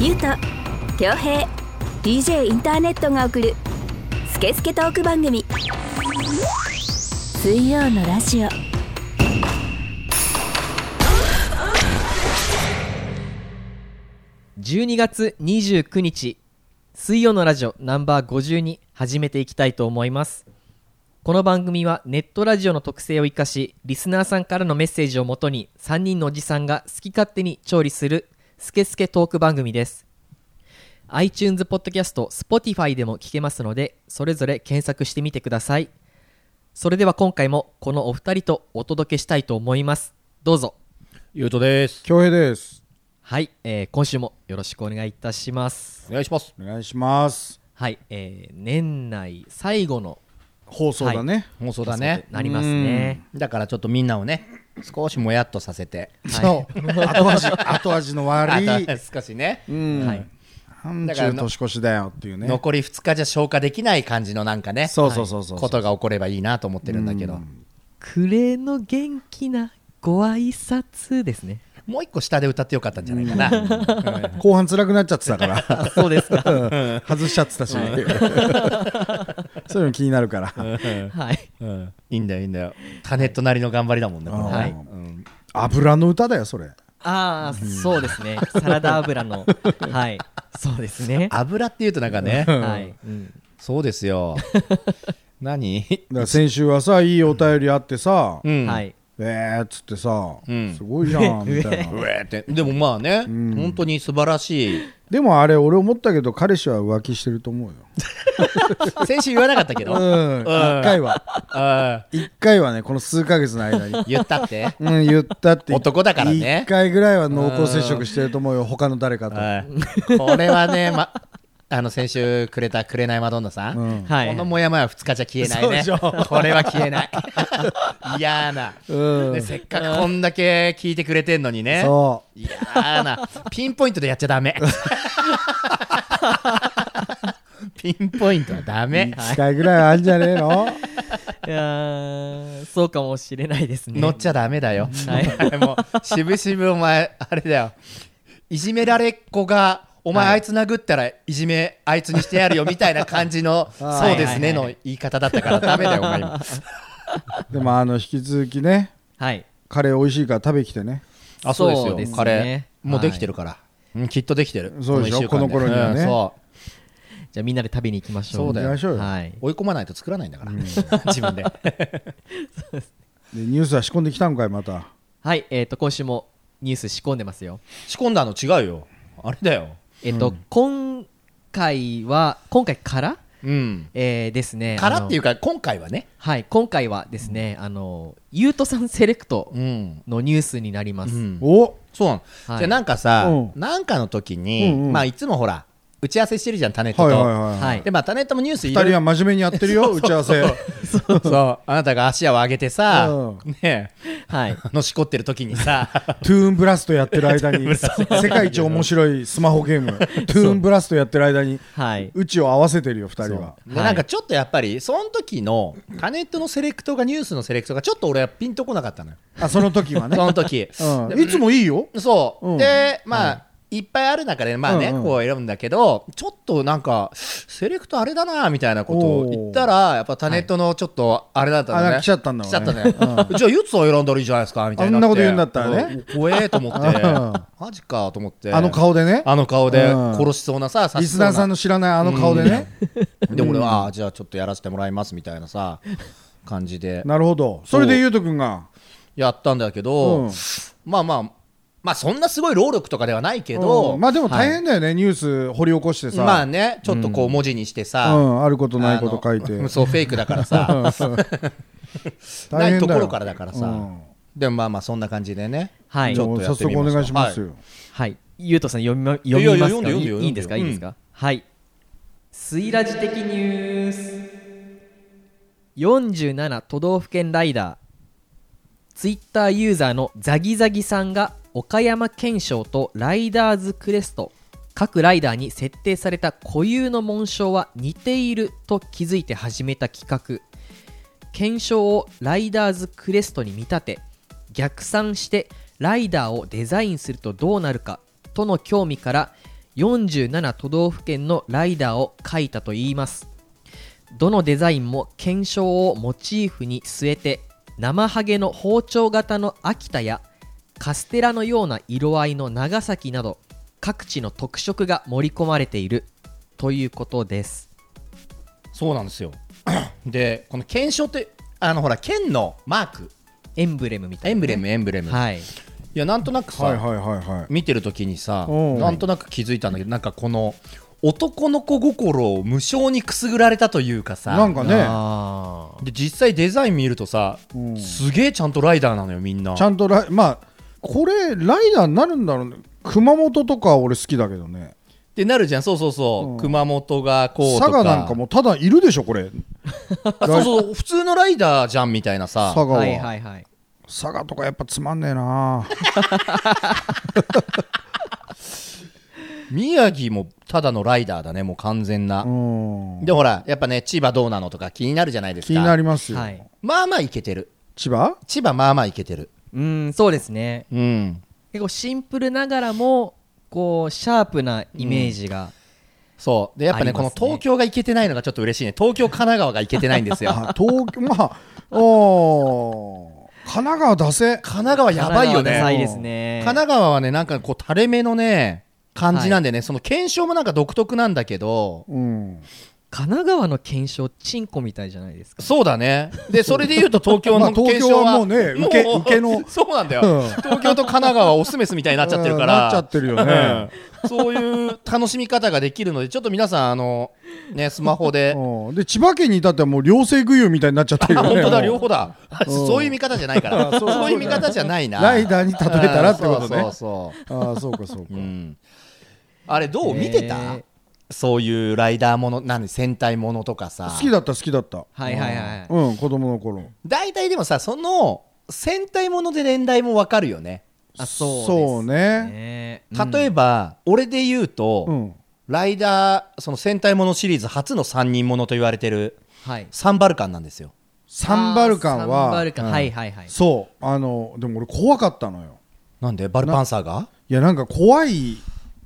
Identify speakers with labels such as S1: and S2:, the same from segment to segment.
S1: ゆうと恭平 DJ インターネットが送る「スケスケトーク番組」水曜のラジオ
S2: 12月29日水曜のラジオナンバー52始めていきたいと思いますこの番組はネットラジオの特性を生かしリスナーさんからのメッセージをもとに3人のおじさんが好き勝手に調理するスケスケトーク番組です iTunes ポッドキャスト Spotify でも聞けますのでそれぞれ検索してみてくださいそれでは今回もこのお二人とお届けしたいと思いますどうぞ
S3: ゆうとです。
S4: 恭平です
S2: はい、えー今週もよろしくお願いいたします
S3: お願いします。
S4: お願いします
S2: はい、えー年内最後の
S4: 放送だね、
S3: もうそうだね。
S2: なりますね。
S3: だからちょっとみんなをね、少しもやっとさせて。
S4: そう後味後味の悪い
S3: あと少しね、
S4: うん、
S2: はい、
S4: なん
S3: だ
S4: ち
S3: か
S4: ゅ
S3: ら
S4: う
S3: の
S4: 年越しだよっていうね
S3: 残り2日じゃ消化できない感じのなんかね、
S4: そうそうそうそう
S3: ことが起こればいいなと思ってるんだけど、
S2: 暮れの元気なご挨拶ですね。
S3: もう一個下で歌ってよかったんじゃないかな。うん
S4: 後半辛くなっちゃってたから
S2: そうですか。
S4: うん外しちゃってたしそう いうの気になるから
S2: はい。
S3: うんいいんだよ、いいんだよ。タネットなりの頑張りだもんね、これ
S2: は
S3: ね
S2: い
S4: うん油の歌だよそれ
S2: ああ、そうですね。サラダ油 の。はい。そうですね。
S3: 油っていうとなんかね、
S2: はい。うん
S3: そうです よ。何
S4: だから先週はさいいお便りあってさ、
S3: うん
S2: はい。
S4: えーっつってさ、
S3: うん
S4: すごいじゃんみたい な
S3: うえーってでもまあね、本当に素晴らしい
S4: でもあれ俺思ったけど彼氏は浮気してると思うよ
S3: 先週言わなかったけ
S4: う
S3: ど、
S4: ん一回は
S3: あ
S4: 一回はねこの数ヶ月の間に
S3: ー言ったって、
S4: うん、言ったって
S3: 男だからね
S4: 1回ぐらいは濃厚接触してると思うよ他の誰かと、
S3: はいこれはね、ま、あの先週くれた「紅マドンナ」さん、
S4: うん
S2: はい。
S3: このモヤモヤ2日じゃ消えない
S4: そう
S3: ね
S4: でしょ
S3: これは消えない 嫌な、
S4: うん
S3: でせっかくこんだけ聞いてくれてんのにね
S4: そ
S3: 嫌なピンポイントでやっちゃダ メピンポイントはダ
S4: う
S3: メ、
S4: 1回ぐらいはあるんじゃねえの
S2: いやーそうかもしれないですね。
S3: 乗っちゃダメだよ、
S2: は
S3: もうしぶしぶお前あれだよいじめられっ子がお前
S2: はい
S3: あいつ殴ったらいじめあいつにしてやるよみたいな感じのそうですね
S2: は
S3: の
S2: い
S3: 言い方だったからダメだよお前 今
S4: でもあの引き続きね
S2: はい。
S4: カレー美味しいから食べきてね
S3: あそうです
S2: そ
S3: よ
S2: うですね
S3: カレーもうできてるから、うんきっとできてる
S4: そうでしょ
S3: この一週間
S4: この頃にはね
S3: うんそ
S2: じゃあみんなで食べに行きましょう。
S3: そうだよ
S4: 行きましょうよ
S2: はい。
S3: う追い込まないと作らないんだから、 自分で
S4: でニュースは仕込んできたんかいまた
S2: はい。えっと、今週もニュース仕込んでますよ。
S3: 仕込んだの違うよあれだよ
S2: えっと、今回は、今回から
S3: うん
S2: えーですね。
S3: からっていう
S2: か。
S3: か今回はね
S2: はい。今回はですね、あの、ゆうとさんセレクト
S3: うん、
S2: のニュースになりま
S3: う
S2: す。
S3: ん、
S4: お
S3: そうなの、
S2: はい
S3: じゃあなんかさ、
S4: うん
S3: なんかの時に、
S4: うんうん
S3: まあいつもほら打ち合わせしてるじゃんタネットと、
S4: はいはいはい、
S2: はい
S3: でまあタネットもニュースい
S4: 2
S3: ろい
S4: 人
S3: ろ
S4: は真面目にやってるよ打ち合わせ
S3: そうあなたが足を上げてさ、
S4: う
S3: ねえ
S2: はい。
S3: あのしこってる時に さ
S4: トゥーンブラストやってる間 に世界一面白いスマホゲームトゥーンブラストやってる間に
S2: はい。
S4: うちを合わせてるよ2人は
S3: でなんかちょっとやっぱりその時のタネットのセレクトがニュースのセレクトがちょっと俺はピンとこなかったのよ
S4: あその時はね
S3: そ、の時、
S4: うん、いつもいいよ
S3: そう、
S4: うん
S3: でまあ、いっぱいある中でまあね、
S4: うんうん
S3: こう選ぶんだけどちょっとなんかセレクトあれだなみたいなことを言ったらやっぱタネットのちょっとあれだったのね、
S4: あなんか来ちゃったんだろうね
S3: 来ちゃったねじゃあユッツを選んだらいいじゃないですかみたいになって
S4: あんなこと言うんだったらね
S3: うん怖えと思って
S4: うん
S3: マジかと思って
S4: あの顔でね
S3: あの顔で
S4: うん
S3: 殺しそうなさ、
S4: リスナーさん
S3: の
S4: の知らないあの顔でね、
S3: で俺は、あーじゃあちょっとやらせてもらいますみたいなさ感じで
S4: なるほどそれでゆうとくんが
S3: やったんだけど、
S4: うん
S3: まあまあまあそんなすごい労力とかではないけど、
S4: うんまあでも大変だよね、ニュース掘り起こしてさ、
S3: まあねちょっとこう文字にしてさ、
S4: うん、あることないこと書いて
S3: あのそうフェイクだから さないところからだからさ、
S4: うん
S3: でもまあまあそんな感じでね
S2: はい
S3: ち。ょっとや
S4: 早
S3: って
S4: 速
S3: みましょ
S4: お
S3: う
S4: 願いしますよ、
S2: はい。ゆうとさん読みま、読
S3: いや
S2: みま
S3: いや
S2: すか
S3: 読んで読んで
S2: い
S3: 読
S2: い
S3: んで
S2: いいんですかい
S3: うん
S2: いですかはい。スイラジ的ニュース。47都道府県ライダー。ツイッターユーザーのザギザギさんが岡山県賞とライダーズクレスト各ライダーに設定された固有の紋章は似ていると気づいて始めた企画検証をライダーズクレストに見立て逆算してライダーをデザインするとどうなるかとの興味から47都道府県のライダーを描いたといいますどのデザインも検証をモチーフに据えて生ハゲの包丁型の秋田やカステラのような色合いの長崎など各地の特色が盛り込まれているということです
S3: そうなんですよ でこの検証ってあのほら剣のマーク
S2: エンブレムみた
S3: エ
S2: い
S3: ン
S2: な
S3: ブレムエンブレム、い、
S2: はい
S3: やなんとなくさ、
S4: はいはいはいはい
S3: 見てる時にさ
S4: うん
S3: なんとなく気づいたんだけどなんかこの男の子心を無性にくすぐられたというかさ
S4: なんかね
S2: あー
S3: で実際デザイン見るとさ、
S4: うん
S3: すげえちゃんとライダーなのよみんな
S4: ちゃんとライまあこれライダーになるんだろうね熊本とか俺好きだけどね
S3: ってなるじゃんそうそうそう、
S4: うん
S3: 熊本がこうとか
S4: 佐賀なんかもただいるでしょこれ
S3: あ そうそう普通のライダーじゃんみたいなさ
S4: 佐賀は,、
S2: はいはいはい
S4: 佐賀とかやっぱつまんねえな
S3: 宮城もただのライダーだねもう完全な、
S4: うん
S3: でほらやっぱね千葉どうなのとか気になるじゃないですか
S4: 気になりますよ、
S2: はい
S3: まあまあいけてる
S4: 千葉
S3: 千葉まあまあいけてる
S2: うんそうですね
S3: うん
S2: 結構シンプルながらもこうシャープなイメージが、
S3: そうでやっぱね
S2: あり
S3: こ
S2: ます
S3: の
S2: ね
S3: 東京がいけてないのがちょっと嬉しいね東京神奈川がいけてないんですよ神
S4: あ東京まあお神奈川出せ
S3: 奈川やばいよ
S2: 神奈川ダサ
S3: ね
S2: いですね
S3: 神奈川はねなんかこう垂れ目のね感じなんでね、その検証もなんか独特なんだけど
S4: うん
S2: 神奈川の検証チンコみたいじゃないですか
S3: そうだねでそれで言うと東京
S4: ま
S3: の
S4: あ
S3: 検証は,、
S4: 東京はもうね受け受けの
S3: そうなんだよ、
S4: うん
S3: 東京と神奈川はオスメスみたいになっちゃってるから
S4: うんなっちゃってるよね、
S3: うんそういう楽しみ方ができるのでちょっと皆さんあのねスマホで
S4: うんで千葉県に至ってはもう両性具有みたいになっちゃってる
S3: あ
S4: よね
S3: 本当だ
S4: もう
S3: 両方だそういう見方じゃないから
S4: あそうそう
S3: そういう見方じゃないな
S4: ライダーに例えたらってこと
S3: あー
S4: ね
S3: そうそうそ
S4: ああそうかそうか、
S3: う、うん、あれどう見てた、
S2: えー
S3: そういうライダーものなんで戦隊ものとかさ
S4: 好きだった好きだった
S2: はいはいはい
S4: うん子供の頃
S3: 大体でもさその戦隊もので年代もわかるよね
S2: あそうです
S4: そうね
S2: ね
S3: 例えば、俺で言うと、
S4: うん
S3: ライダーその戦隊ものシリーズ初の3人ものと言われてる
S2: はい
S3: サンバルカンなんですよ
S4: サンバルカン
S2: サンバ
S4: は
S2: ルカン、はいはいはい
S4: そうあのでも俺怖かったのよ
S3: なんでバルパンサーが
S4: いやなんか怖い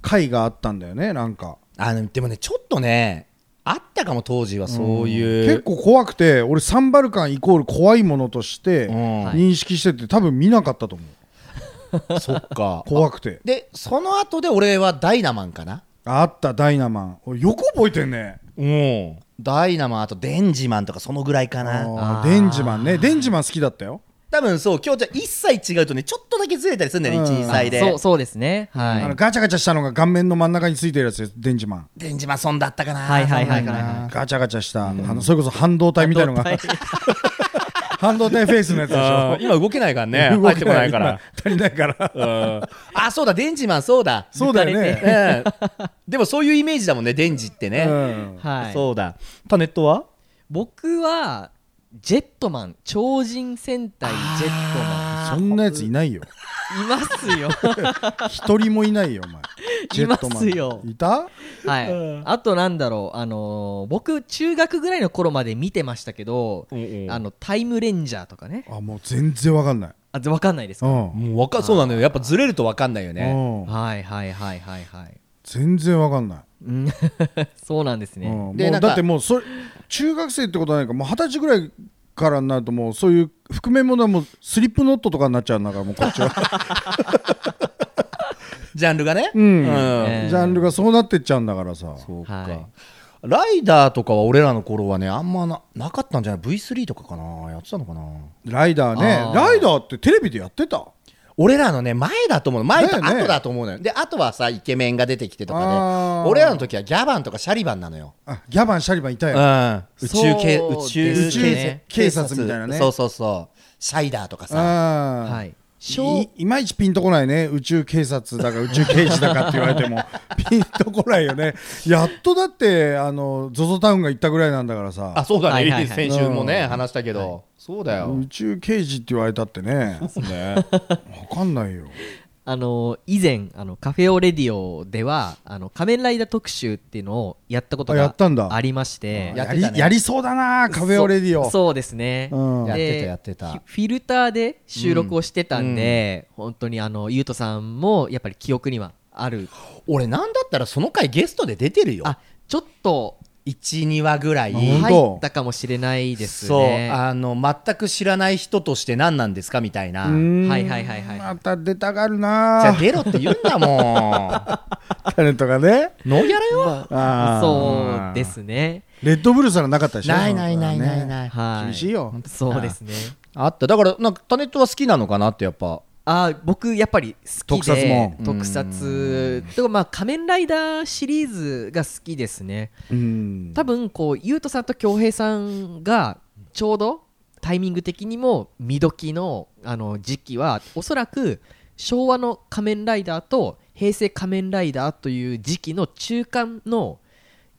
S4: 回があったんだよねなんか
S3: あのでもねちょっとねあったかも当時はそういう、
S4: 結構怖くて俺サンバルカンイコール怖いものとして
S3: うん
S2: はい
S4: 認識してて多分見なかったと思う
S3: そっか
S4: 怖くて
S3: でその後で俺はダイナマンかな
S4: あったダイナマン俺よく覚えてんね
S3: うんダイナマンあとデンジマンとかそのぐらいかな
S4: あ
S2: あー
S4: ーデンジマンねデンジマン好きだったよ
S3: 多分そう今日じゃ一切違うとねちょっとだけずれたりするんだよね
S4: うん
S3: 12歳で
S2: そうそうですねはい
S4: あのガチャガチャしたのが顔面の真ん中についてるやつですデンジマン
S3: デンジマンソンだったかな
S2: はいはいはいはいは
S4: ガチャガチャしたあのそれこそ半導体みたいのが 半導体フェイスのやつでし ょ
S3: 今動けないからね
S4: 動け今足りないから
S3: あそうだデンジマンそうだ
S4: そうだよね
S3: うんでもそういうイメージだもんねデンジって
S4: う
S3: ね、
S4: ん
S2: はい
S3: そうだタネットは
S2: 僕はジェットマン超人戦隊ジェットマ
S4: そんなやついないよ
S2: ンいますよ
S4: 一人もいないよお前ジェットマン
S2: いますよ
S4: いた
S2: はい、あとなんだろうあのー僕中学ぐらいの頃まで見てましたけど、あのタイムレンジャーとかね
S4: あもう全然わかんない
S2: あわかんないですか、
S4: うん
S3: もうわかそうなんだよやっぱずれるとわかんないよね
S4: うん
S2: はいはいはいはいはい
S4: 全然わかんない
S2: うん そうなんですね、
S4: うん
S3: で
S4: も
S3: な
S4: うん
S3: か
S4: だってもうそれ中学生ってことはないからもう二十歳ぐらいからになるともうそういう覆面ものはもうスリップノットとかになっちゃうんだからもうこっちは
S3: ジャンルがね
S4: うん
S2: ええ
S4: ジャンルがそうなってっちゃうんだからさ
S3: そうか、
S2: はい
S3: ライダーとかは俺らの頃はねあんまななかったんじゃない V3 とかかなやってたのかな
S4: ライダーね
S2: あー
S4: ライダーってテレビでやってた
S3: 俺らのね前だと思うの前と
S4: だよね
S3: 後だと思うのよであとはさイケメンが出てきてとか
S4: あー
S3: ね俺らの時はギャバンとかシャリバンなのよ、
S4: あギャバンシャリバンいた
S3: う
S4: よ
S3: ん、宇宙系
S2: そう
S3: 宇宙
S2: です
S3: 系、
S2: ね
S4: 警察みたいなね
S3: そうそうそうシャイダーとかさ
S4: あー
S2: はい
S4: いいまいちピンとこないね宇宙警察だか宇宙刑事だかって言われても ピンとこないよねやっとだってあの ZOZO タウンが行ったぐらいなんだからさ
S3: あそうだね、
S2: はいはいはい
S3: 先週もね、話したけど、そうだよ、
S4: 宇宙刑事って言われたってね
S3: ね
S4: 分かんないよ
S2: あの以前あのカフェオレディオではあの仮面ライダー特集っていうのをやったこと
S4: あや
S2: が
S4: ったんだ
S2: ありまして
S3: や
S4: や
S3: ってたね
S4: りやりそうだなカフェオレディオ
S2: そうそうですね、
S4: うん
S2: で
S3: やってたやってた
S2: フィフィルターで収録をしてたんで、本当にあのゆうとさんもやっぱり記憶にはある
S3: 俺なんだったらその回ゲストで出てるよ
S2: あちょっと
S3: 12話ぐらい
S4: あ本当
S2: 入ったかもしれないですね
S3: そうあの全く知らない人として何なんですかみたいな
S4: うーん
S2: はいはいはいはい
S4: また出たがる
S3: じゃあ
S4: な
S3: 出ろって言うんだ も
S4: タレントがね
S3: んノーギャラよ
S4: あー
S2: そうですね
S4: レッドブルすらなかったでしょ
S3: ないないないない
S4: い
S3: ない
S2: はい
S4: 厳しいよ
S2: そうですね
S3: あっただからなんかタネットは好きなのかなってやっぱ
S2: あー僕やっぱり好き
S4: 特撮
S2: で
S4: も
S2: 特撮とかまあ仮面ライダーシリーズが好きですね
S4: うん
S2: 多分こうゆうとさんと恭平さんがちょうどタイミング的にも見時のあの時期はおそらく昭和の仮面ライダーと平成仮面ライダーという時期の中間の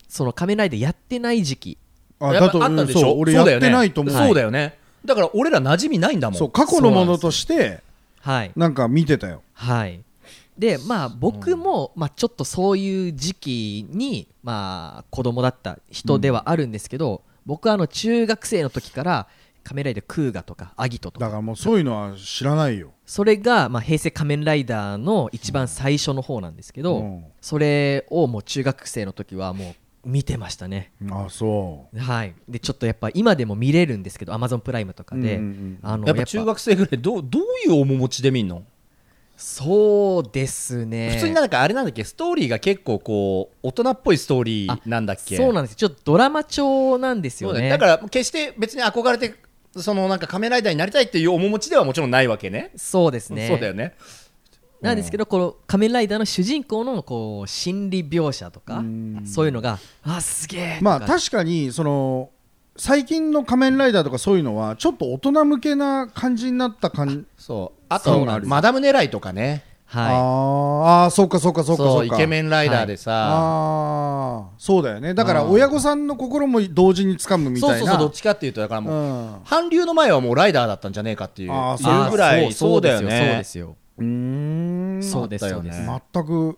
S2: その仮面ライダーやってない時期
S4: あ
S3: やっ
S4: だ
S3: ぱ
S4: と
S3: あったでしょ
S4: そう俺やってないと思う
S3: そうだよねだから俺ら馴染みないんだもん
S4: そう過去のものとして
S2: はい
S4: なんか見てたよ
S2: はいでまあ僕も、まあ、ちょっとそういう時期に、まあ、子供だった人ではあるんですけど、僕はあの中学生の時から仮面ライダークーガとかアギトとか
S4: だからもうそういうのは知らないよ
S2: それが、まあ、平成仮面ライダーの一番最初の方なんですけど、
S4: うん
S2: それをもう中学生の時はもう見てましたね。
S4: あそ
S2: はい、でちょっとやっぱ今でも見れるんですけど Amazon プライムとかで、
S4: うんうんうん
S2: あの
S3: やっぱ中学生ぐらいどうどういう面持ちで見んの
S2: そうですね
S3: 普通になんかあれなんだっけストーリーが結構こう大人っぽいストーリーなんだっけ
S2: そうなんですよちょっとドラマ調なんです
S3: そ
S2: よ
S3: う
S2: ね
S3: だねだから決して別に憧れてそのなんか仮面ライダーになりたいっていう面持ちではもちろんないわけね
S2: そうですね
S3: そうだよね
S2: なんですけどこの仮面ライダーの主人公のこう心理描写とかそういうのがあすげえ
S4: うまあ
S2: とか
S4: 確かにその最近の仮面ライダーとかそういうのはちょっと大人向けな感じになった感じ
S3: そうあ
S4: そ
S3: と
S4: うなんです
S3: マダム狙いとかね
S4: あ
S2: は
S4: ーあーそうかそうかそうか
S3: そ
S4: そうう
S3: イ
S4: か
S3: ケメンライダーでさ、
S4: ああそうだよねだから親御さんの心も同時に掴むみ
S3: そう
S4: た
S3: そ
S4: いうな
S3: そうどっちかっていうとだから
S4: う
S3: もう、
S4: ん
S3: 韓流の前はもうライダーだったんじゃねえかっていう
S4: あー
S2: い
S4: そう
S3: いうぐらい
S2: あー
S3: そうだよね
S2: そうですよ
S4: うーん
S2: そうです
S3: あっ
S2: そ
S3: たよ
S2: う
S3: ね
S2: です
S4: 全く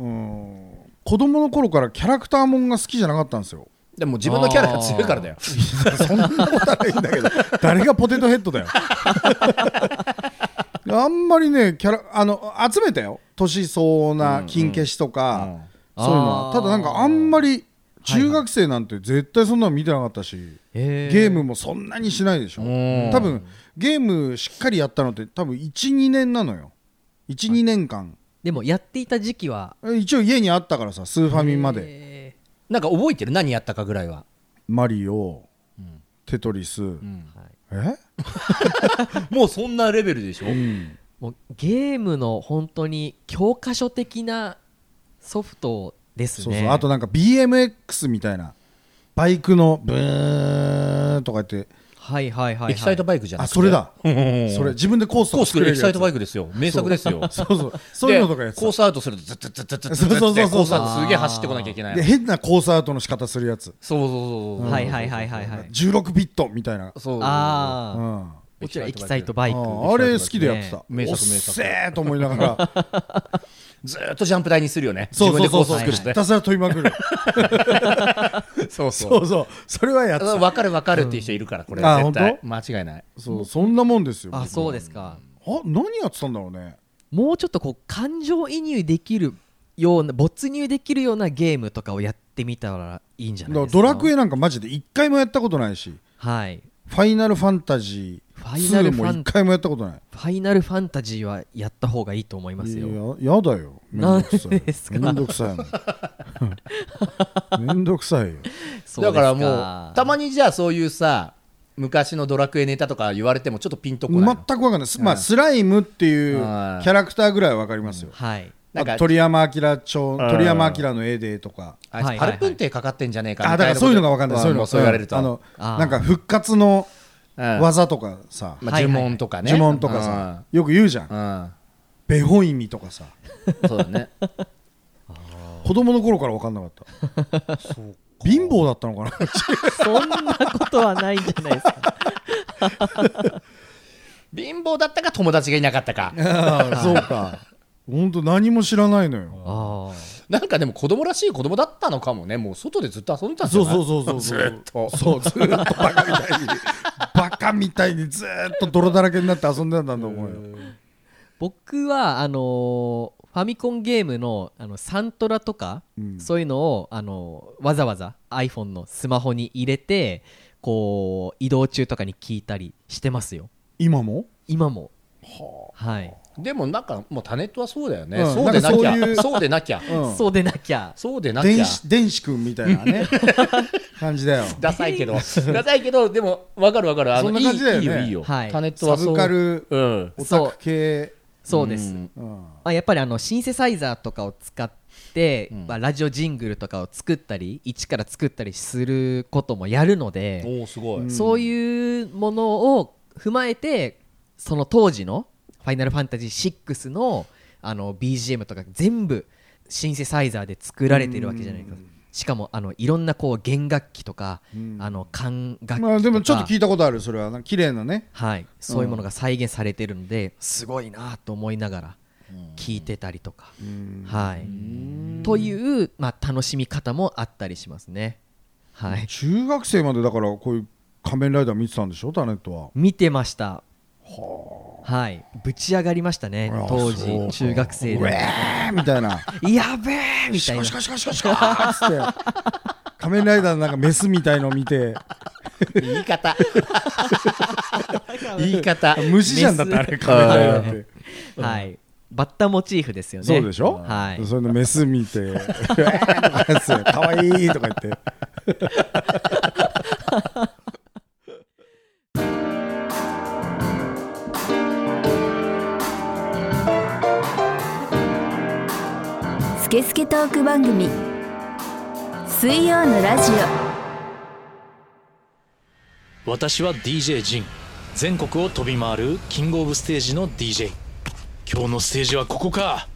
S4: うん子供の頃からキャラクターもんが好きじゃなかったんですよ
S3: でも自分のキャラが強いからだよ
S4: そんなことないんだけど誰がポテトヘッドだよ あんまりねキャラあの集めたよ年相応な金消しとか、そういうの
S2: あ
S4: は
S2: ー
S4: ただなんかあんまり中学生なんて絶対そんなの見てなかったし、
S2: へ
S4: ゲームもそんなにしないでしょ
S3: うん
S4: 多分ゲームしっかりやったのって多分12年なのよ12年間
S2: でもやっていた時期は
S4: 一応家にあったからさスーファミまで
S2: へ
S3: なんか覚えてる何やったかぐらいは
S4: マリオ、テトリス、
S2: ーはい
S4: え
S3: もうそんなレベルでしょ、
S2: もうゲームの本当に教科書的なソフトですね
S4: そうそうあとなんか BMX みたいなバイクのブーンとかやって
S2: はいはいはい、はい、
S3: エキサイトバイクじゃな
S4: あ
S3: くて
S4: それだ
S3: そ
S4: それ自分でコースと
S3: コー
S4: か
S3: スクエ
S4: や
S3: キ
S4: つ
S3: サイトバイクですよ名作ですよ
S4: そうそうそういうのとかやって
S3: でコー
S4: た
S3: スアウトするとずっとずっとずっとずっと
S4: そうそうそうそう
S3: コースアウトすげえ走ってこなきゃいけない
S4: で変なコースアウトの仕方するやつ
S3: そうそうそうそう
S2: はいはいはいはいはい
S4: 16ビットみたいな、
S3: そう
S2: あ
S4: う
S2: あ
S4: ん、
S2: もちろんエキサイトバイク
S4: ああれ好きでやってた、
S3: 名作名
S4: おっ
S3: 作
S4: せーと思いながら
S3: ずーっとジャンプ台にするよね
S4: そうそう
S3: 自分でコ
S4: そ
S3: ー
S4: う
S3: ス
S4: そ
S3: 作
S4: うひ
S3: って
S4: たすら飛びまくる
S3: そう
S4: そうそうそれはやってた
S3: 分かる分かるっていう人いるからこれ
S4: あ
S3: 絶対
S4: 本当
S3: 間違いない
S4: そうそんなもんですよ
S2: あ
S4: 僕
S2: そうですか
S4: あ何やってたんだろうね
S2: もうちょっとこう感情移入できるような没入できるようなゲームとかをやってみたらいいんじゃ
S4: だ
S2: ない
S4: から
S2: ですか
S4: ドラクエなんかマジで一回もやったことないし
S2: はい
S4: ファイナルファンタジー
S2: ファイナル
S4: 2
S2: フ
S4: も
S2: ァン
S4: 一回もやったことない
S2: ファイナルファンタジーはやった方がいいと思いますよ
S4: いややだよめんどくさ
S2: なんで
S4: い
S2: ですか
S4: めんどくさいもんめんどくさいよ
S2: そうです
S3: だからもうたまにじゃあそういうさ昔のドラクエネタとか言われてもちょっとピンとこない
S4: 全
S3: の
S4: く分かんないすまあスライムっていうキ
S3: はい
S4: ャラクターぐらいは分かりますよ
S2: はい
S3: なんか
S4: あと鳥山明町鳥山明の絵でとか
S3: あいつ
S2: はい
S3: パ
S2: はい
S3: ルプンテかかってんじゃねえかみた
S4: あ
S3: いな
S4: だからそういうのが分かんないそういう
S3: も
S4: の
S3: うそう言われると
S4: うんあの
S2: あー
S4: なんか復活の
S3: うん
S4: 技とかさ
S3: まあ
S2: はい
S3: 呪
S2: はい
S3: 文とかね
S4: 呪文とかさよく言うじゃん
S3: うん
S4: ベホイミとかさ
S3: うんそうだ ね
S4: 子供の頃から分かんなかった 貧乏だったのかな
S2: そんなことはないんじゃないですか
S3: 貧乏だったか友達がいなかったか
S4: そうか本当何も知らないのよ
S2: ああ
S3: なんかでも子供らしい子供だったのかもねもう外でずっと遊んでたんじゃ
S4: そう
S3: ない
S4: そうそうそうそう
S3: ずっと
S4: そうずっとバカみたいにバカみたいにずーっと泥だらけになって遊んでたんだと思うよ
S2: 僕はあのーファミコンゲームのあのサントラとか、
S4: うん
S2: そういうのを、あのーわざわざ iPhone のスマホに入れてこう移動中とかに聞いたりしてますよ
S4: 今も
S2: 今もはい、
S3: でもなんかもうタネットはそうだよね、
S4: うん
S3: そうでなきゃ
S4: なんかそういう
S3: そうでなきゃ
S4: うん
S2: そうでなきゃ
S3: そうでなきゃ
S4: 電子電子くんみたいなね 感じだよ
S3: ダサいけどダサいけどでもわかるわかるあの
S4: そんな感じだよね
S3: いいいいよいいよ、
S2: はい
S3: タネット
S4: サ
S3: はそう
S4: ブカル
S3: うん
S4: オタク系
S2: そうです、
S3: ん
S4: うん
S2: まあ、やっぱりあのシンセサイザーとかを使って、
S3: うん
S2: まあ、ラジオジングルとかを作ったり一から作ったりすることもやるので、
S3: おおすごい、
S4: うん
S2: そういうものを踏まえてその当時の「ファイナルファンタジー6の」あの BGM とか全部シンセサイザーで作られているわけじゃないですか
S4: うん
S2: しかもあのいろんなこう弦楽器とか、
S4: うん
S2: あの管楽器とか、
S4: まあでもちょっと聞いたことあるそれはな綺麗なね
S2: はい、そういうものが再現されてるので、すごいなと思いながら聞いてたりとか。はい、という、まあ、楽しみ方もあったりしますね。はい、
S4: 中学生までだからこういう仮面ライダー見てたんでしょタネットは
S2: 見てました。はい、ぶち上がりましたね
S4: ああ
S2: 当
S4: そう
S2: 時
S4: か
S2: 中学生
S4: うえ
S2: で
S4: ーみたいな
S2: やべえみ
S4: シ
S2: たい
S4: コ
S2: な
S4: シコシコシコシコーっつって仮面ライダーのなんかメスみたいの見て
S3: 言い 方言い方
S4: 無視じゃんだってあれ仮面ライダーって
S2: はいバッタモチーフですよね
S4: そうでしょ
S2: はい
S4: それのメス見て うえーとかっつってか わいいとか言って
S1: スケスケトーク番組水曜のラジオ
S5: 私は DJ ジン全国を飛び回るキングオブステージの DJ 今日のステージはここか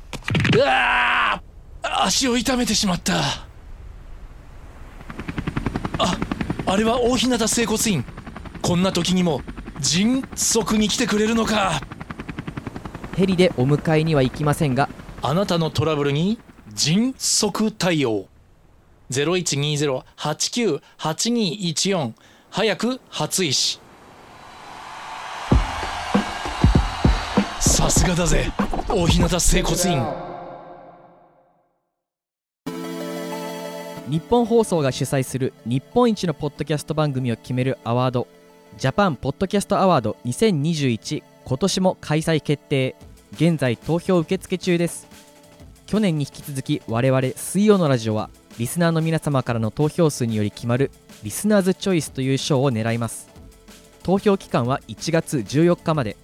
S5: うわあ足を痛めてしまったああれは大日向整骨院こんな時にも迅速に来てくれるのか
S2: ヘリでお迎えには行きませんが
S5: あなたのトラブルに迅速対応0120-89-8214早く初石さすがだぜ大日向整骨院
S2: 日本放送が主催する日本一のポッドキャスト番組を決めるアワードジャパンポッドキャストアワード2021今年も開催決定現在投票受付中です去年に引き続き我々水曜のラジオはリスナーの皆様からの投票数により決まるリスナーズチョイスという賞を狙います投票期間は1月14日まで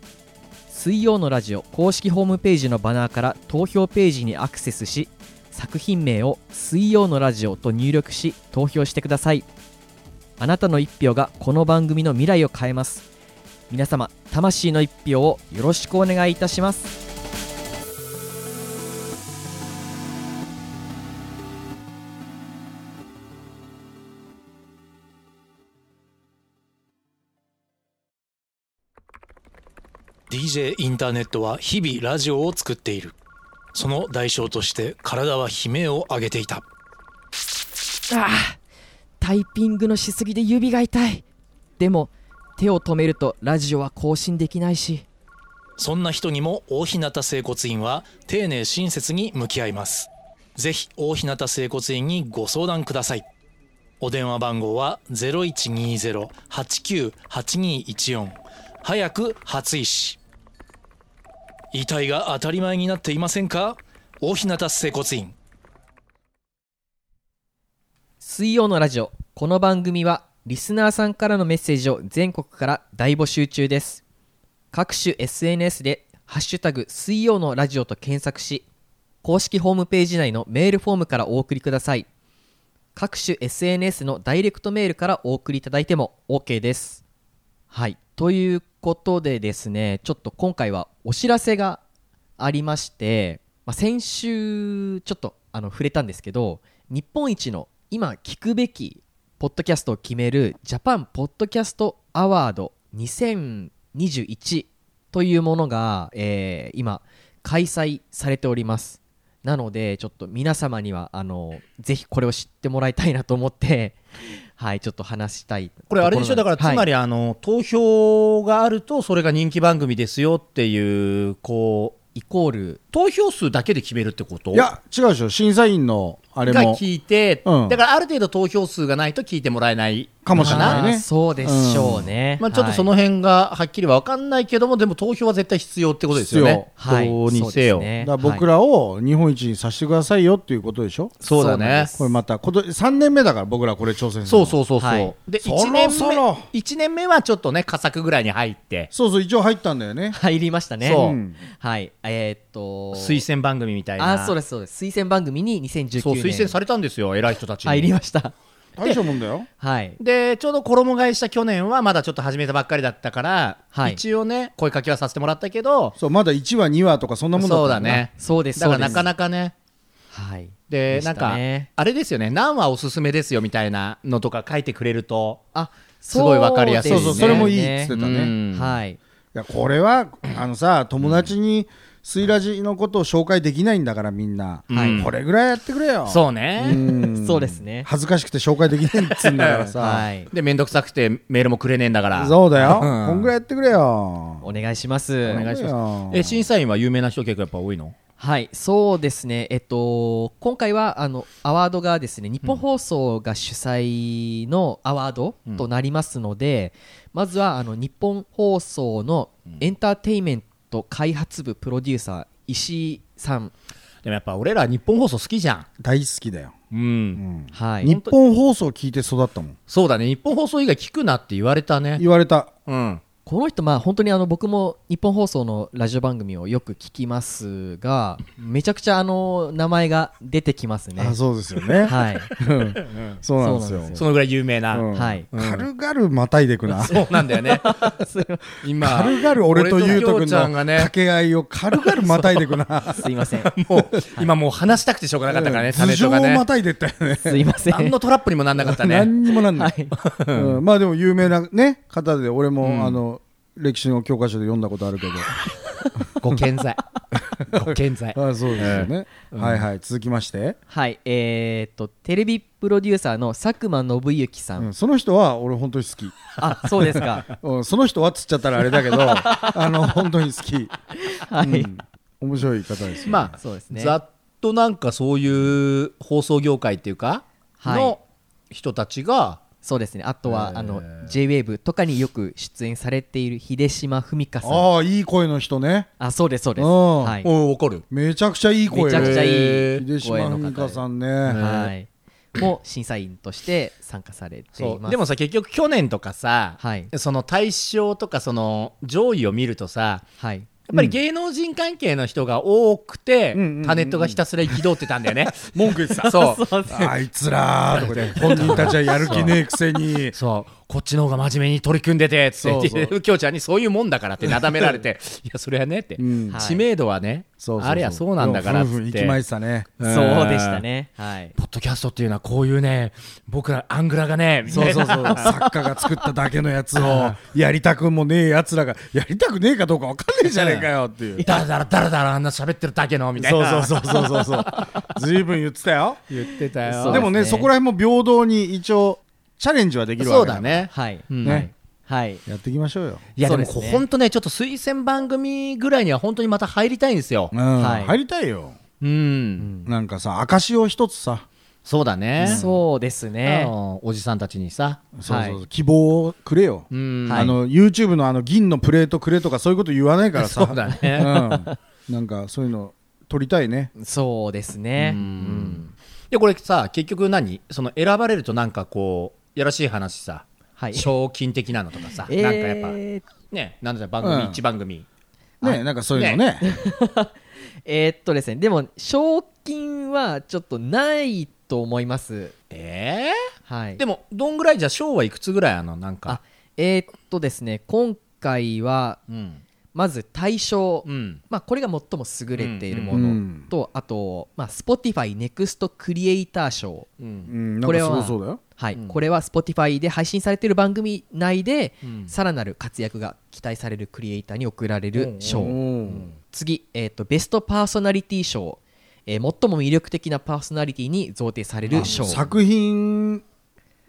S2: 水曜のラジオ公式ホームページのバナーから投票ページにアクセスし作品名を「水曜のラジオ」と入力し投票してくださいあなたの一票がこの番組の未来を変えます皆様魂の一票をよろしくお願いいたします
S5: 「DJ インターネット」は日々ラジオを作っているその代償として体は悲鳴を上げていた
S2: タイピングのしすぎで指が痛いでも手を止めるとラジオは更新できないし
S5: そんな人にも大日向整骨院は丁寧親切に向き合います。ぜひ大日向整骨院にご相談ください。お電話番号は0120-89-8214早く初医師。遺体が当たり前になっていませんか大日向整骨院。
S2: 水曜のラジオこの番組はリスナーさんからのメッセージを全国から大募集中です各種 SNS で「ハッシュタグ水曜のラジオ」と検索し公式ホームページ内のメールフォームからお送りください各種 SNS のダイレクトメールからお送りいただいても OK ですはいということでですねちょっと今回はお知らせがありまして、まあ、先週ちょっとあの触れたんですけど日本一の今聞くべきポッドキャストを決めるジャパンポッドキャストアワード2021というものが、えー今開催されておりますなのでちょっと皆様にはあのぜひこれを知ってもらいたいなと思ってはいちょっと話したい
S3: これあれでしょ
S2: ところなん
S3: だから
S2: です
S3: つまりあの投票があるとそれが人気番組ですよっていうこう
S2: イコール
S3: 投票数だけで決めるってこと
S4: いや違うでしょ審査員のあれ
S3: が
S4: も
S3: 聞いて、
S4: うん
S3: だからある程度投票数がないと聞いてもらえない
S4: かもしれないね
S2: あーそうでしょうね、
S3: まあ、ちょっとそ
S2: は
S3: の辺がはっきりは分かんないけども、でも投票は絶対必要ってことですよね。
S2: 必要はい
S3: どうにせ
S2: そ
S3: よ。
S2: うですね
S4: だから僕らを日本一にさせてくださいよっていうことでしょ
S3: そうだ
S2: そうなんで
S3: ね。
S2: す
S4: これまた今年3年目だから僕らこれ挑戦するの
S3: そうそうそうそう。
S2: はい
S3: で
S4: そ
S3: 一年
S4: ろ
S3: 目
S4: そろ
S3: 一年目はちょっとね、佳作ぐらいに入って、
S4: そうそう一応入ったんだよね
S2: い入りましたね
S3: そう
S4: うん
S2: はいえーっと
S3: 推薦番組みたいな。
S2: あそうですそうです推薦番組に2019年
S3: そう推薦されたんですよ、偉い人たちに。
S2: 入りました
S4: 大したもんだよ
S2: はい
S3: でちょうど衣替えした去年はまだちょっと始めたばっかりだったから、
S2: はい
S3: 一応ね声かけはさせてもらったけど
S4: そうまだ1話2話とかそんなもんだった
S3: そ
S4: も
S3: うん
S4: な
S3: だね
S2: そうです
S3: だからな
S2: そうです
S3: かなかね
S2: はい
S3: で
S2: し
S3: なん
S2: た
S3: か
S2: ね
S3: あれですよね何話おすすめですよみたいなのとか書いてくれると
S2: あ
S3: すごいわかりやすい
S4: そ
S3: ですね
S4: うそうそれもいいっつってたね、
S3: うん
S4: い
S2: はい
S4: やこれはあのさ友達にスイラジのことを紹介できないんだからみんな、
S3: はい
S4: これぐらいやってくれよ
S3: そうね、
S4: ん
S2: そうですね
S4: 恥ずかしくて紹介できないっつうんだからさ、
S2: はい
S3: で面倒くさくてメールもくれねえんだから
S4: そうだよ、
S3: うん
S4: こんぐらいやってくれよ
S2: お願いします
S3: お願いし
S4: よ
S3: ますえ審査員は有名な人結構やっぱ多いの
S2: はいそうですねえっと今回はあのアワードがですね日本放送が主催のアワードとなりますので、まずはあの日本放送のエンターテインメント開発部プロデューサー石井さん、
S3: でもやっぱ俺ら日本放送好きじゃ
S4: 大好きだよ、
S3: んうん、
S2: はい、
S4: 日本放送聞いて育ったもん
S3: そうだね日本放送以外聞くなって言われたね
S4: 言われた
S3: うん
S2: この人、まあ、本当にあの僕も日本放送のラジオ番組をよく聞きますがめちゃくちゃあの名前が出てきますね。
S4: あそうですよね、
S2: はい、
S4: そうなんです
S2: そうなん
S4: よ
S2: です
S3: そのぐらい有名な、
S4: うん
S2: はい
S4: 軽々またいでく な
S3: そうなんだよね今
S4: 軽々俺とゆうとく
S3: 俺
S4: ん
S3: 京ちゃんが
S4: の掛
S3: ね
S4: け合いを軽々またいでくな
S2: すいません
S3: もう今もう話したくてしょうがなかったからね、タ
S4: 頭
S3: ネ
S4: 上
S3: とか
S4: を
S3: ね
S4: またいでったよね
S2: すいません。
S3: 何のトラップにもなんなかったね
S4: 何にもなんない、
S2: はい
S4: うんまあでも有名な、ね、方で俺も、あの歴史の教科書で読んだことあるけど
S3: ご健 在ご健在
S4: あそうですよね、はいはい続きまして、
S2: はいえーっとテレビプロデューサーの佐久間信之さん、
S4: うんその人は俺本当に好き、
S2: あそうです か
S4: うん、その人はっつっちゃったらあれだ けどあの本当に好き、
S2: はい、
S4: うん面白い方ですよ、
S3: まあ
S2: そうですね
S3: ざっとなんかそういう放送業界っていうか、
S2: はい
S3: の人たちが
S2: そうですねあとはあの JWAVE とかによく出演されている秀島文香さん
S4: ああいい声の人ね
S2: あそうですそうです
S4: あー
S2: はい
S3: お分かる
S4: めちゃくちゃいい声
S2: めちゃくちゃいい
S4: えー秀島
S2: 声の
S4: 文
S2: 方
S4: 香
S2: で
S4: さんね、
S2: はいも審査員として参加されてい
S3: そ
S2: ます
S3: うでもさ結局去年とかさ、
S2: はい
S3: その対象とかその上位を見るとさ
S2: はい
S3: やっぱり芸能人関係の人が多くて、
S4: んうんうんうん
S3: タネットがひたすら憤ってたんだよね
S4: 文句言ってた
S3: そうそう
S4: あいつらーとか で本人たちはやる気ねえくせに
S3: こっちの方が真面目に取り組んでてっつ
S4: そ
S3: っ
S4: う
S3: て
S4: そう
S3: できょうちゃんにそういうもんだからってなだめられていやそれはねって、
S4: ん
S2: はい
S3: 知名度はね
S4: そうそうそう
S3: あれはそうなんだからっ
S4: ふ
S3: つ
S4: んふん
S3: っ
S4: 行
S3: て
S4: きまいてたね
S2: そうでしたね。はい。
S3: ポッドキャストっていうのはこういうね、僕らアングラがね、みたい
S4: そう
S3: な
S4: そうそう作家が作っただけのやつ をやりたくもねえやつらがやりたくねえかどうかわかんねえじゃねえかよって いう
S3: だらだらだらだらあんな喋ってるだけのみたい
S4: そう
S3: な。
S4: そうそうそうそうそうずいぶん言ってたよ
S3: 言ってたよ。
S2: そうで
S4: で
S2: すね
S4: もねそこら辺も平等に一応チャレンジはできるわ
S3: そう
S4: け
S3: だ
S4: から
S3: ね。
S2: はい。
S3: うん
S4: ね
S2: はい。
S4: やっていきましょうよ
S3: いやでも
S2: そうですね
S3: 本当ね、ちょっと推薦番組ぐらいには本当にまた入りたいんですよ
S4: う。ん
S2: はい
S4: 入りたいよ
S3: うん。
S4: なんかさ証を一つさ
S3: そうだね。
S2: そうです
S3: あ
S2: ね。
S3: のおじさんたちにさ。
S4: そうそう
S2: は
S4: 希望をくれよ
S3: うん。
S4: あの YouTube のあの銀のプレートくれとかそういうこと言わないからさ
S3: そうだ ね
S4: うんなんかそういうの撮りたいね
S2: そうですね。
S3: で、これさ、結局何その選ばれるとなんかこう、やらしい話さ、
S2: はい。
S3: 賞金的なのとかさ、なんかやっぱ、
S2: えー
S3: ね、なんだろう番組
S4: うん
S3: 一番組。
S4: ねなんかそういうのね
S2: えーっとですね、でも、賞金はちょっとないと思います。
S3: えー
S2: はい。
S3: で
S2: も、
S3: もどんぐらいじゃ賞はいくつぐらいあのなん
S2: あ
S3: か、
S2: えーっとですね、今回は、
S3: うん、
S2: まず対象、
S3: うん
S2: まあ、これが最も優れているも
S4: う
S2: の
S4: ん
S2: と、あと、まあ、Spotify ネクストクリエイター賞、
S3: うん
S4: うん、なん
S2: こ
S4: か
S2: れ
S4: す
S2: は
S4: ごそうだよ。
S2: はい
S3: うん
S2: これは Spotify で配信されている番組内で
S3: うん
S2: さらなる活躍が期待されるクリエイターに贈られる賞、
S4: うん
S2: 次、えー、とベストパーソナリティ賞、えー最も魅力的なパーソナリティに贈呈される賞、
S4: 作品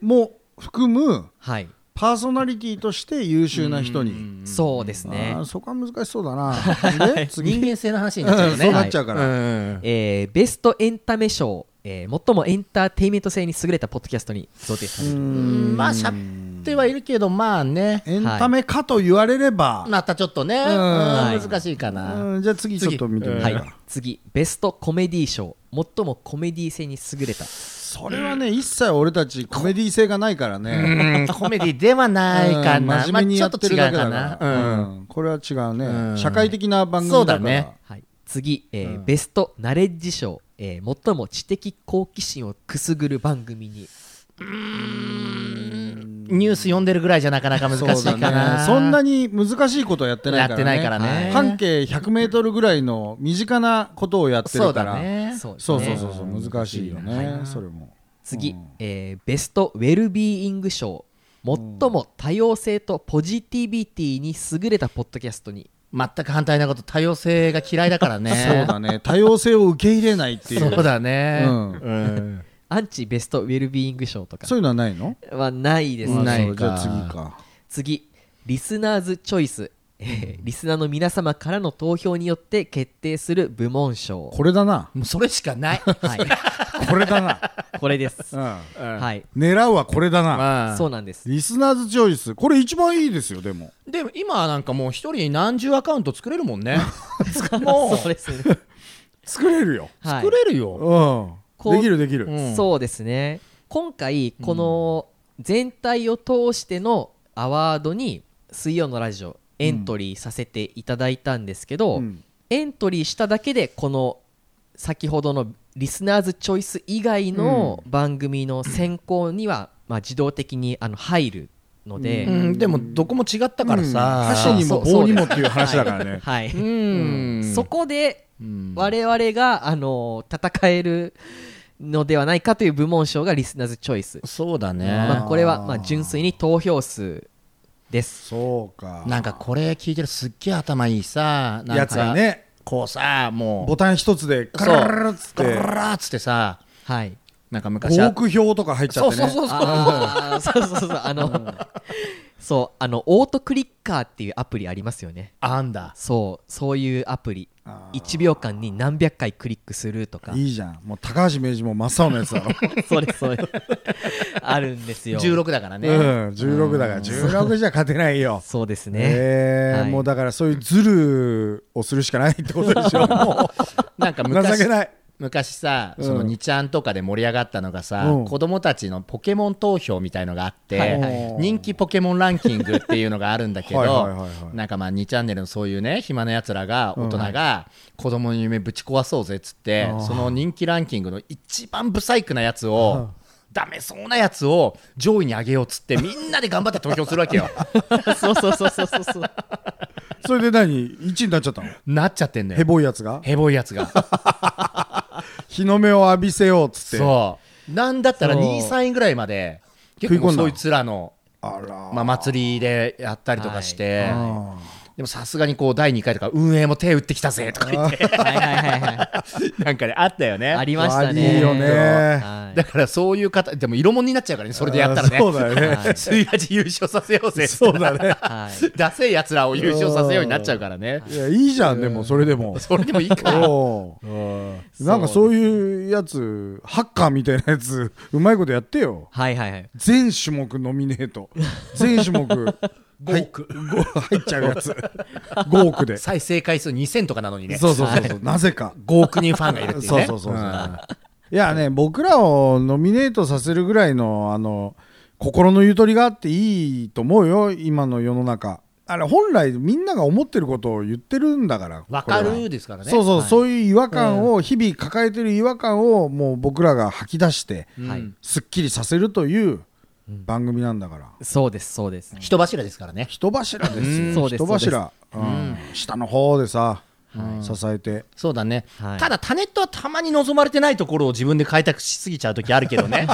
S4: も含む
S2: はい
S4: パーソナリティとして優秀な人に。
S2: そうですね
S4: あー、そこは難しそうだ な。で次
S3: 人間性の話になっちゃうよね
S4: そうなっちゃうから。
S3: うん
S2: えーベストエンタメ賞、えー最もエンターテインメント性に優れたポッドキャストに贈呈される、
S3: うんまあしゃってはいるけどまあね
S4: エンタメかと言われれば、
S3: またちょっとねうん
S2: はい
S3: 難しいかな
S4: うんじゃあ次ちょっと見てみよう
S2: は
S4: か
S2: い、次ベストコメディ賞最もコメディ性に優れた
S4: それはね一切俺たちコメディ性がないからね
S3: うんコメディではないかな
S4: うん
S3: ま
S4: 真
S3: あ
S4: 面目に
S3: ちょ
S4: や
S3: っ
S4: っ
S3: と
S4: て
S3: 違
S4: る
S3: う
S4: だけ
S3: か
S4: だか
S3: な
S4: ら
S3: うん
S4: うんこれは違う
S3: うん
S4: ね社会的な番組だか
S3: そ
S4: ら
S3: うだね
S2: はい、次、えーベストナレッジ賞、えー最も知的好奇心をくすぐる番組に
S3: ニュース読んでるぐらいじゃなかなか難しい
S4: そ
S3: か
S4: うだね
S3: な
S4: そんなに難しいことやってないからね
S3: やってないからね
S4: 半径 100m ぐらいの身近なことをやって
S3: そう
S4: るか
S3: だ
S4: ら
S3: ね
S2: そうです
S4: そ
S2: ね
S4: うそうそうそう難しいよねそれも
S2: 次、えーベストウェルビーイング賞最も多様性とポジティビティに優れたポッドキャストに
S3: 全く反対なこと多様性が嫌いだからね
S4: そうだね多様性を受け入れないってい
S3: そう
S4: う
S3: だね
S4: うん
S3: うん
S2: アンチベストウェルビーイング賞とか
S4: そういうのはないの
S2: はないです
S3: うん
S2: ね
S3: ないか
S4: そうじゃあ次か
S2: 次リスナーズチョイス、 えーリスナーの皆様からの投票によって決定する部門賞
S4: これだな
S3: もうそれしか ない
S2: はい
S4: これだな
S2: これです
S4: うん
S2: はい
S4: 狙うはこれだな
S3: まあ
S2: そうなんです
S4: リスナーズチョイスこれ一番いいですよでも
S3: でも今なんかもう一人何十アカウント作れるもん ねも う
S2: そうですね
S4: 作れるよ
S2: はい
S3: 作れるよ、
S4: う
S2: こうん
S4: できるできる
S3: うん
S2: そうですね今回この全体を通してのアワードに水曜のラジオエントリーさせていただいたんですけど、
S4: うん
S2: エントリーしただけでこの先ほどのリスナーズチョイス以外の番組の選考には、まあ、自動的にあの入るので、
S3: うん、でもどこも違ったからさ、
S4: うん箸にも
S2: そう
S4: 棒にもっていう話だからね
S2: はい、
S3: うん
S2: そこで
S3: うん
S2: 我々があの戦えるのではないかという部門賞がリスナーズチョイス
S3: そうだね、
S2: まあ、これはまあ純粋に投票数です。
S4: そうか
S3: なんかこれ聞いてるすっげえ頭いいさなんか
S4: やつはね
S3: こうさもう
S4: ボタン一つでカラララっつっ
S3: ゴ
S4: て
S3: ラーっつってさ
S2: はい。
S3: なんか昔
S4: 5
S3: あっ
S4: 億票とか入っちゃ
S3: そ
S4: っ
S3: う
S4: て
S3: そうそう
S4: ね
S3: そう
S2: あーそうそうそうあの、そうあのオートクリッカーっていうアプリありますよね。
S3: あんだ
S2: そうそういうアプリ。
S4: あ
S2: 1秒間に何百回クリックするとか。
S4: いいじゃんもう高橋名人も真っ青のやつだろ
S2: そうですそうです。あるんですよ。
S3: 16だからね、
S4: うん16だから16じゃ勝てないよ
S2: そうですね。
S4: え
S2: は
S4: ー
S2: い
S4: もうだからそういうズルをするしかないってことでしょも
S3: なんか
S4: う情
S3: 昔
S4: けない
S3: 昔さ、
S4: うん
S3: その2ちゃんとかで盛り上がったのがさ、
S4: うん
S3: 子供たちのポケモン投票みたいのがあって、
S2: はい
S4: はい
S3: 人気ポケモンランキングっていうのがあるんだけど
S4: はいはいはいはい
S3: なんかまあ2チャンネルのそういうね暇なやつらが大人が子供の夢ぶち壊そうぜっつって、
S4: あー
S3: その人気ランキングの一番ブサイクなやつを、ダメそうなやつを上位に上げようっつってみんなで頑張って投票するわけよ
S2: そうそうそうそうそうそう。
S4: それで何1になっちゃったの
S3: なっちゃってんだ
S4: ヘ
S3: よ
S4: ボいやつが
S3: ヘボいやつが
S4: 日の目を浴びせようっつって
S3: そうなんだったら
S2: そう
S3: 2位3位ぐらいまで結
S4: 食い込
S3: 構
S4: んだ
S3: そいつらの
S4: あら
S3: まあ、祭りでやったりとかして、
S2: はい
S4: あ
S3: でもさすがにこう第2回とか運営も手打ってきたぜとか言って
S2: はいはいはいはい。
S3: なんかねあったよね
S2: ありましたね。
S4: 悪いよね
S2: はい
S3: だからそういう方でも色物になっちゃうからねそれでやったらね
S4: あーそう だよね
S3: はい水ラジ優勝させようぜそうだね
S2: はい。
S3: ダセえやつらを優勝させようになっちゃうからね
S4: ーいやいいじゃんでもそれでも
S3: それでもいいか
S4: おうなんかそういうやつハッカーみたいなやつうまいことやってよ
S2: はいはいはい。
S4: 全種目ノミネート全種目
S3: 5億
S4: 入っちゃうやつ5億で
S3: 再生回数2000とかなのにね
S4: そうそうそうそうなぜか
S3: 5億人ファンがいるっていう
S4: そう
S3: ね
S4: そうそうそう
S3: うん
S4: いやね僕らをノミネートさせるぐらいのあの心のゆとりがあっていいと思うよ今の世の中あれ本来みんなが思ってることを言ってるんだから
S3: わか
S4: これは
S3: るですからね
S4: そうそう、
S2: はい
S4: そういう違和感を日々抱えてる違和感をもう僕らが吐き出して
S3: うん
S2: はい
S4: すっきりさせるという番組なんだから、
S2: そうですそうです。
S3: 人柱ですからね
S4: 人柱です
S2: うん
S4: よ、
S2: そうです
S4: 人柱、うん
S3: ん
S4: 下の方でさ、支えて
S3: そうだね、
S2: はい
S3: ただタネットはたまに望まれてないところを自分で開拓しすぎちゃう時あるけど ね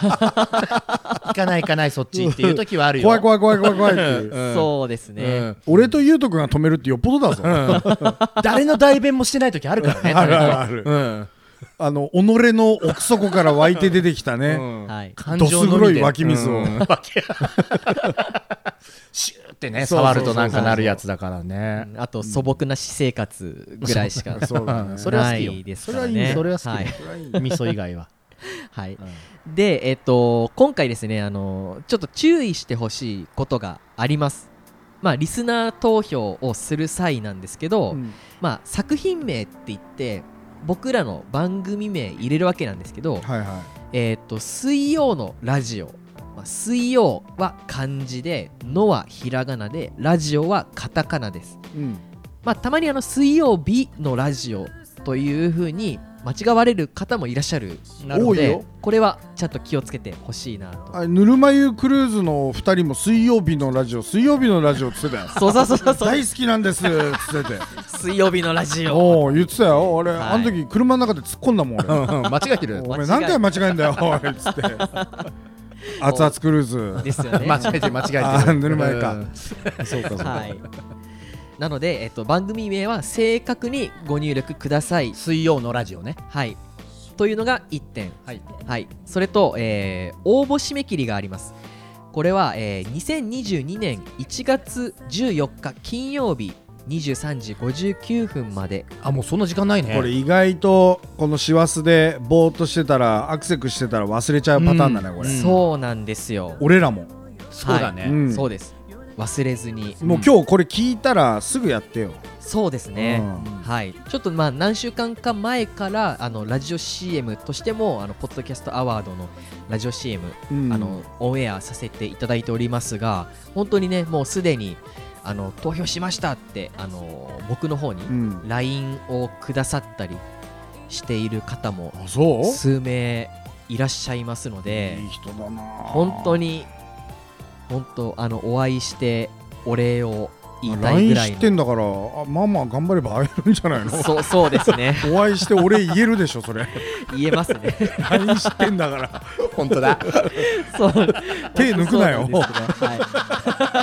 S3: 行かない行かないそっちっていう時はあるよ
S4: 怖い怖い怖い怖い怖いっ ていう
S2: そうですね、
S3: うん
S4: 俺と優斗君が止めるってよっぽどだぞ、
S3: 誰の代弁もしてない時あるからね
S4: あるあるあ
S3: タ
S4: る
S3: ネットは
S4: あの己の奥底から湧いて出てきたね、
S3: うんうん
S2: はい
S3: 感
S4: ど
S3: 情
S4: す
S3: のみで
S4: 黒い湧き水を、
S3: うん湧き シューってね
S4: そうそうそ
S3: 触
S4: う
S3: るとなんかなるやつだからね
S2: あと素朴な私生活ぐらいしか
S4: そうだ
S3: う
S4: ね
S3: んそれは好きよ
S2: ないです
S3: そ
S2: か
S3: れ
S2: ら
S3: はいい
S2: ね
S3: ねそれは好きよ
S2: はい
S3: 味噌以 外は
S2: はい、で、えっと、今回ですねあのちょっと注意してほしいことがありますまあリスナー投票をする際なんですけど、
S4: うん
S2: まあ、作品名って言って僕らの番組名入れるわけなんですけど、
S4: はいは
S2: えーっと水曜のラジオ、まあ、水曜は漢字で「の」はひらがなでラジオはカタカナです、
S4: い、うん
S2: まあ、たまにあの水曜日のラジオというふうに間違われる方もいらっしゃる
S4: なるほど多いよ
S2: これはちゃんと気をつけてほしいなと
S4: あれぬるま湯クルーズの2人も水曜日のラジオ水曜日のラジオって言ってたよ
S2: そうそうそうそう
S4: 大好きなんですっつってて
S2: 水曜日のラジオ
S4: おお言ってたよ俺、
S2: はい
S4: あの時車の中で突っ込んだもん俺
S3: 間違えてる
S4: 俺何回間違えんだよおいっつって熱々クルーズ
S2: です よね
S3: 間違えてる間違え
S4: あ
S3: て
S4: ー
S3: る
S4: ぬるま湯
S3: う
S4: か
S3: ん
S4: そうかそうか、
S2: はいなので、えっと、番組名は正確にご入力ください
S3: 水曜のラジオね
S2: はいというのが1点
S3: はい
S2: はい、それと、えー応募締め切りがあります。これは、えー2022年1月14日金曜日23時59分まで、
S3: あもうそんな時間ないね
S4: これ意外とこの師走でぼーっとしてたらアクセクしてたら忘れちゃうパターンだね、これ
S3: うん
S2: そうなんですよ。
S4: 俺らも
S3: そうだ
S2: はい
S4: うん
S3: ね
S2: そうです。忘れずに、
S4: もう今日これ聞いたらすぐやってよ、
S2: そうですね。
S4: うん
S2: はい、ちょっとまあ何週間か前からあのラジオ CM としてもあのポッドキャストアワードのラジオ CM
S4: うん
S2: あのオンエアさせていただいておりますが本当にねもうすでにあの投票しましたってあの僕の方に
S4: うん
S2: LINE をくださったりしている方も
S4: あそう
S2: 数名いらっしゃいますので
S4: いい人だな
S2: 本当
S4: に
S2: に本当あのお会いしてお礼を言いたいぐ
S4: LINE
S2: ら
S4: 知
S2: い
S4: ってん
S2: の
S4: だからあまあまあ頑張れば会えるんじゃないの
S2: そうそうですね
S4: お会いして俺言えるでしょ それ
S2: 言えますね
S4: LINE 知ってんだから
S3: 本当だ
S2: そう
S4: 手抜くなよ
S2: そうなんですねはい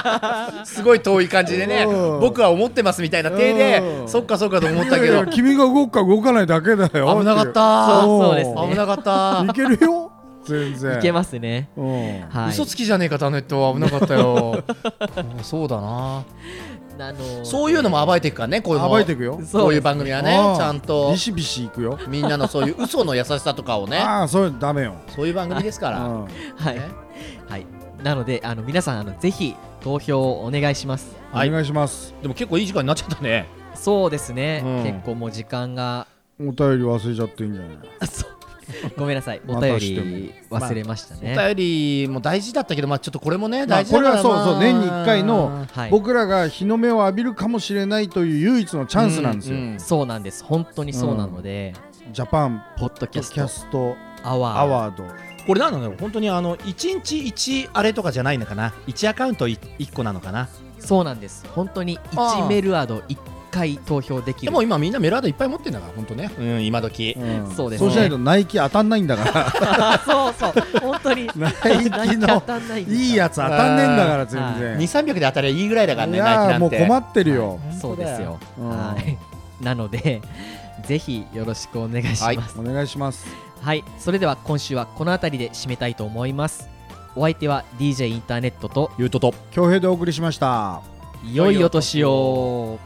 S3: すごい遠い感じでね
S4: うん
S3: 僕は思ってますみたいな手
S4: う
S3: で
S4: ん
S3: そっかそっかと思っ
S4: い
S3: た
S4: や
S3: け
S4: い
S3: ど
S4: や君が動くか動かないだけだよ
S3: 危なかっ
S2: そう
S3: た
S2: そうですね
S3: 危なかった
S4: いけるよ全然
S2: いけますね
S4: うん
S2: はい
S3: 嘘つきじゃねえかタネットは危なかっ たようんそうだな
S2: あのー
S3: そういうのも暴いていくからねこういうの
S4: 暴いていくよ
S2: そう
S3: こういう番組はね
S4: ああ
S3: ちゃんと
S4: ビシビシいくよ
S3: みんなのそういう嘘の優しさとかをね
S4: ああそういうのダメよ
S3: そういう番組ですから、
S4: うん
S2: はい
S3: ね、
S2: はい、なのであの皆さんあのぜひ投票をお願いします
S4: お
S3: はい
S4: 願いします
S3: でも結構いい時間になっちゃったね
S2: そうですね、
S3: うん
S2: 結構もう時間が
S4: お便り忘れちゃっていいんじゃない
S2: あそうごめんな さいお
S4: また
S2: 便
S4: しても
S2: り忘れました
S3: お
S2: ね、
S3: 便りも大事だったけどまあちょっとこれもね
S4: まあ
S3: 大事だから、
S4: これはそうそう
S3: まあ
S4: 年に一回の
S2: はい
S4: 僕らが日の目を浴びるかもしれないという唯一のチャンスなんですよ
S3: うう
S2: そうなんです本当にそうなので、
S4: ジャパン
S2: ポッドキ
S4: キ
S2: ャスト
S4: ャスト
S2: アワー
S4: アワード
S3: これなんだろう本当にあの一日一あれとかじゃないのかな一アカウントい一個なのかな
S2: そうなんです本当に
S3: あ
S2: 1
S3: ー
S2: メルアド1回投票でき
S3: で
S2: る
S3: も今みんなメールアドいっぱい持ってんだから本当ねうん今時
S4: う ん
S2: そうです
S4: そうしないとナイキ当たんないんだから
S2: あそうそう本当に
S4: ナイ
S2: な
S4: キ
S2: んか当
S4: の
S2: たんないんです
S4: いいやつ当たんねえんだから全 然
S3: 2300で当たりゃいいぐらいだから
S4: い
S3: ねナイキ
S4: や
S3: な
S4: ー
S3: ん
S4: もう
S3: て
S4: 困ってるよ、
S2: そうですよ
S4: うん
S2: はいなので ぜひよろしくお願いします、
S3: はい
S4: お願いします
S2: はい、それでは今週はこの辺りで締めたいと思います。お相手は DJ インターネットと
S3: 言うとと
S4: 恭平でお送りしました
S2: 良いお年を。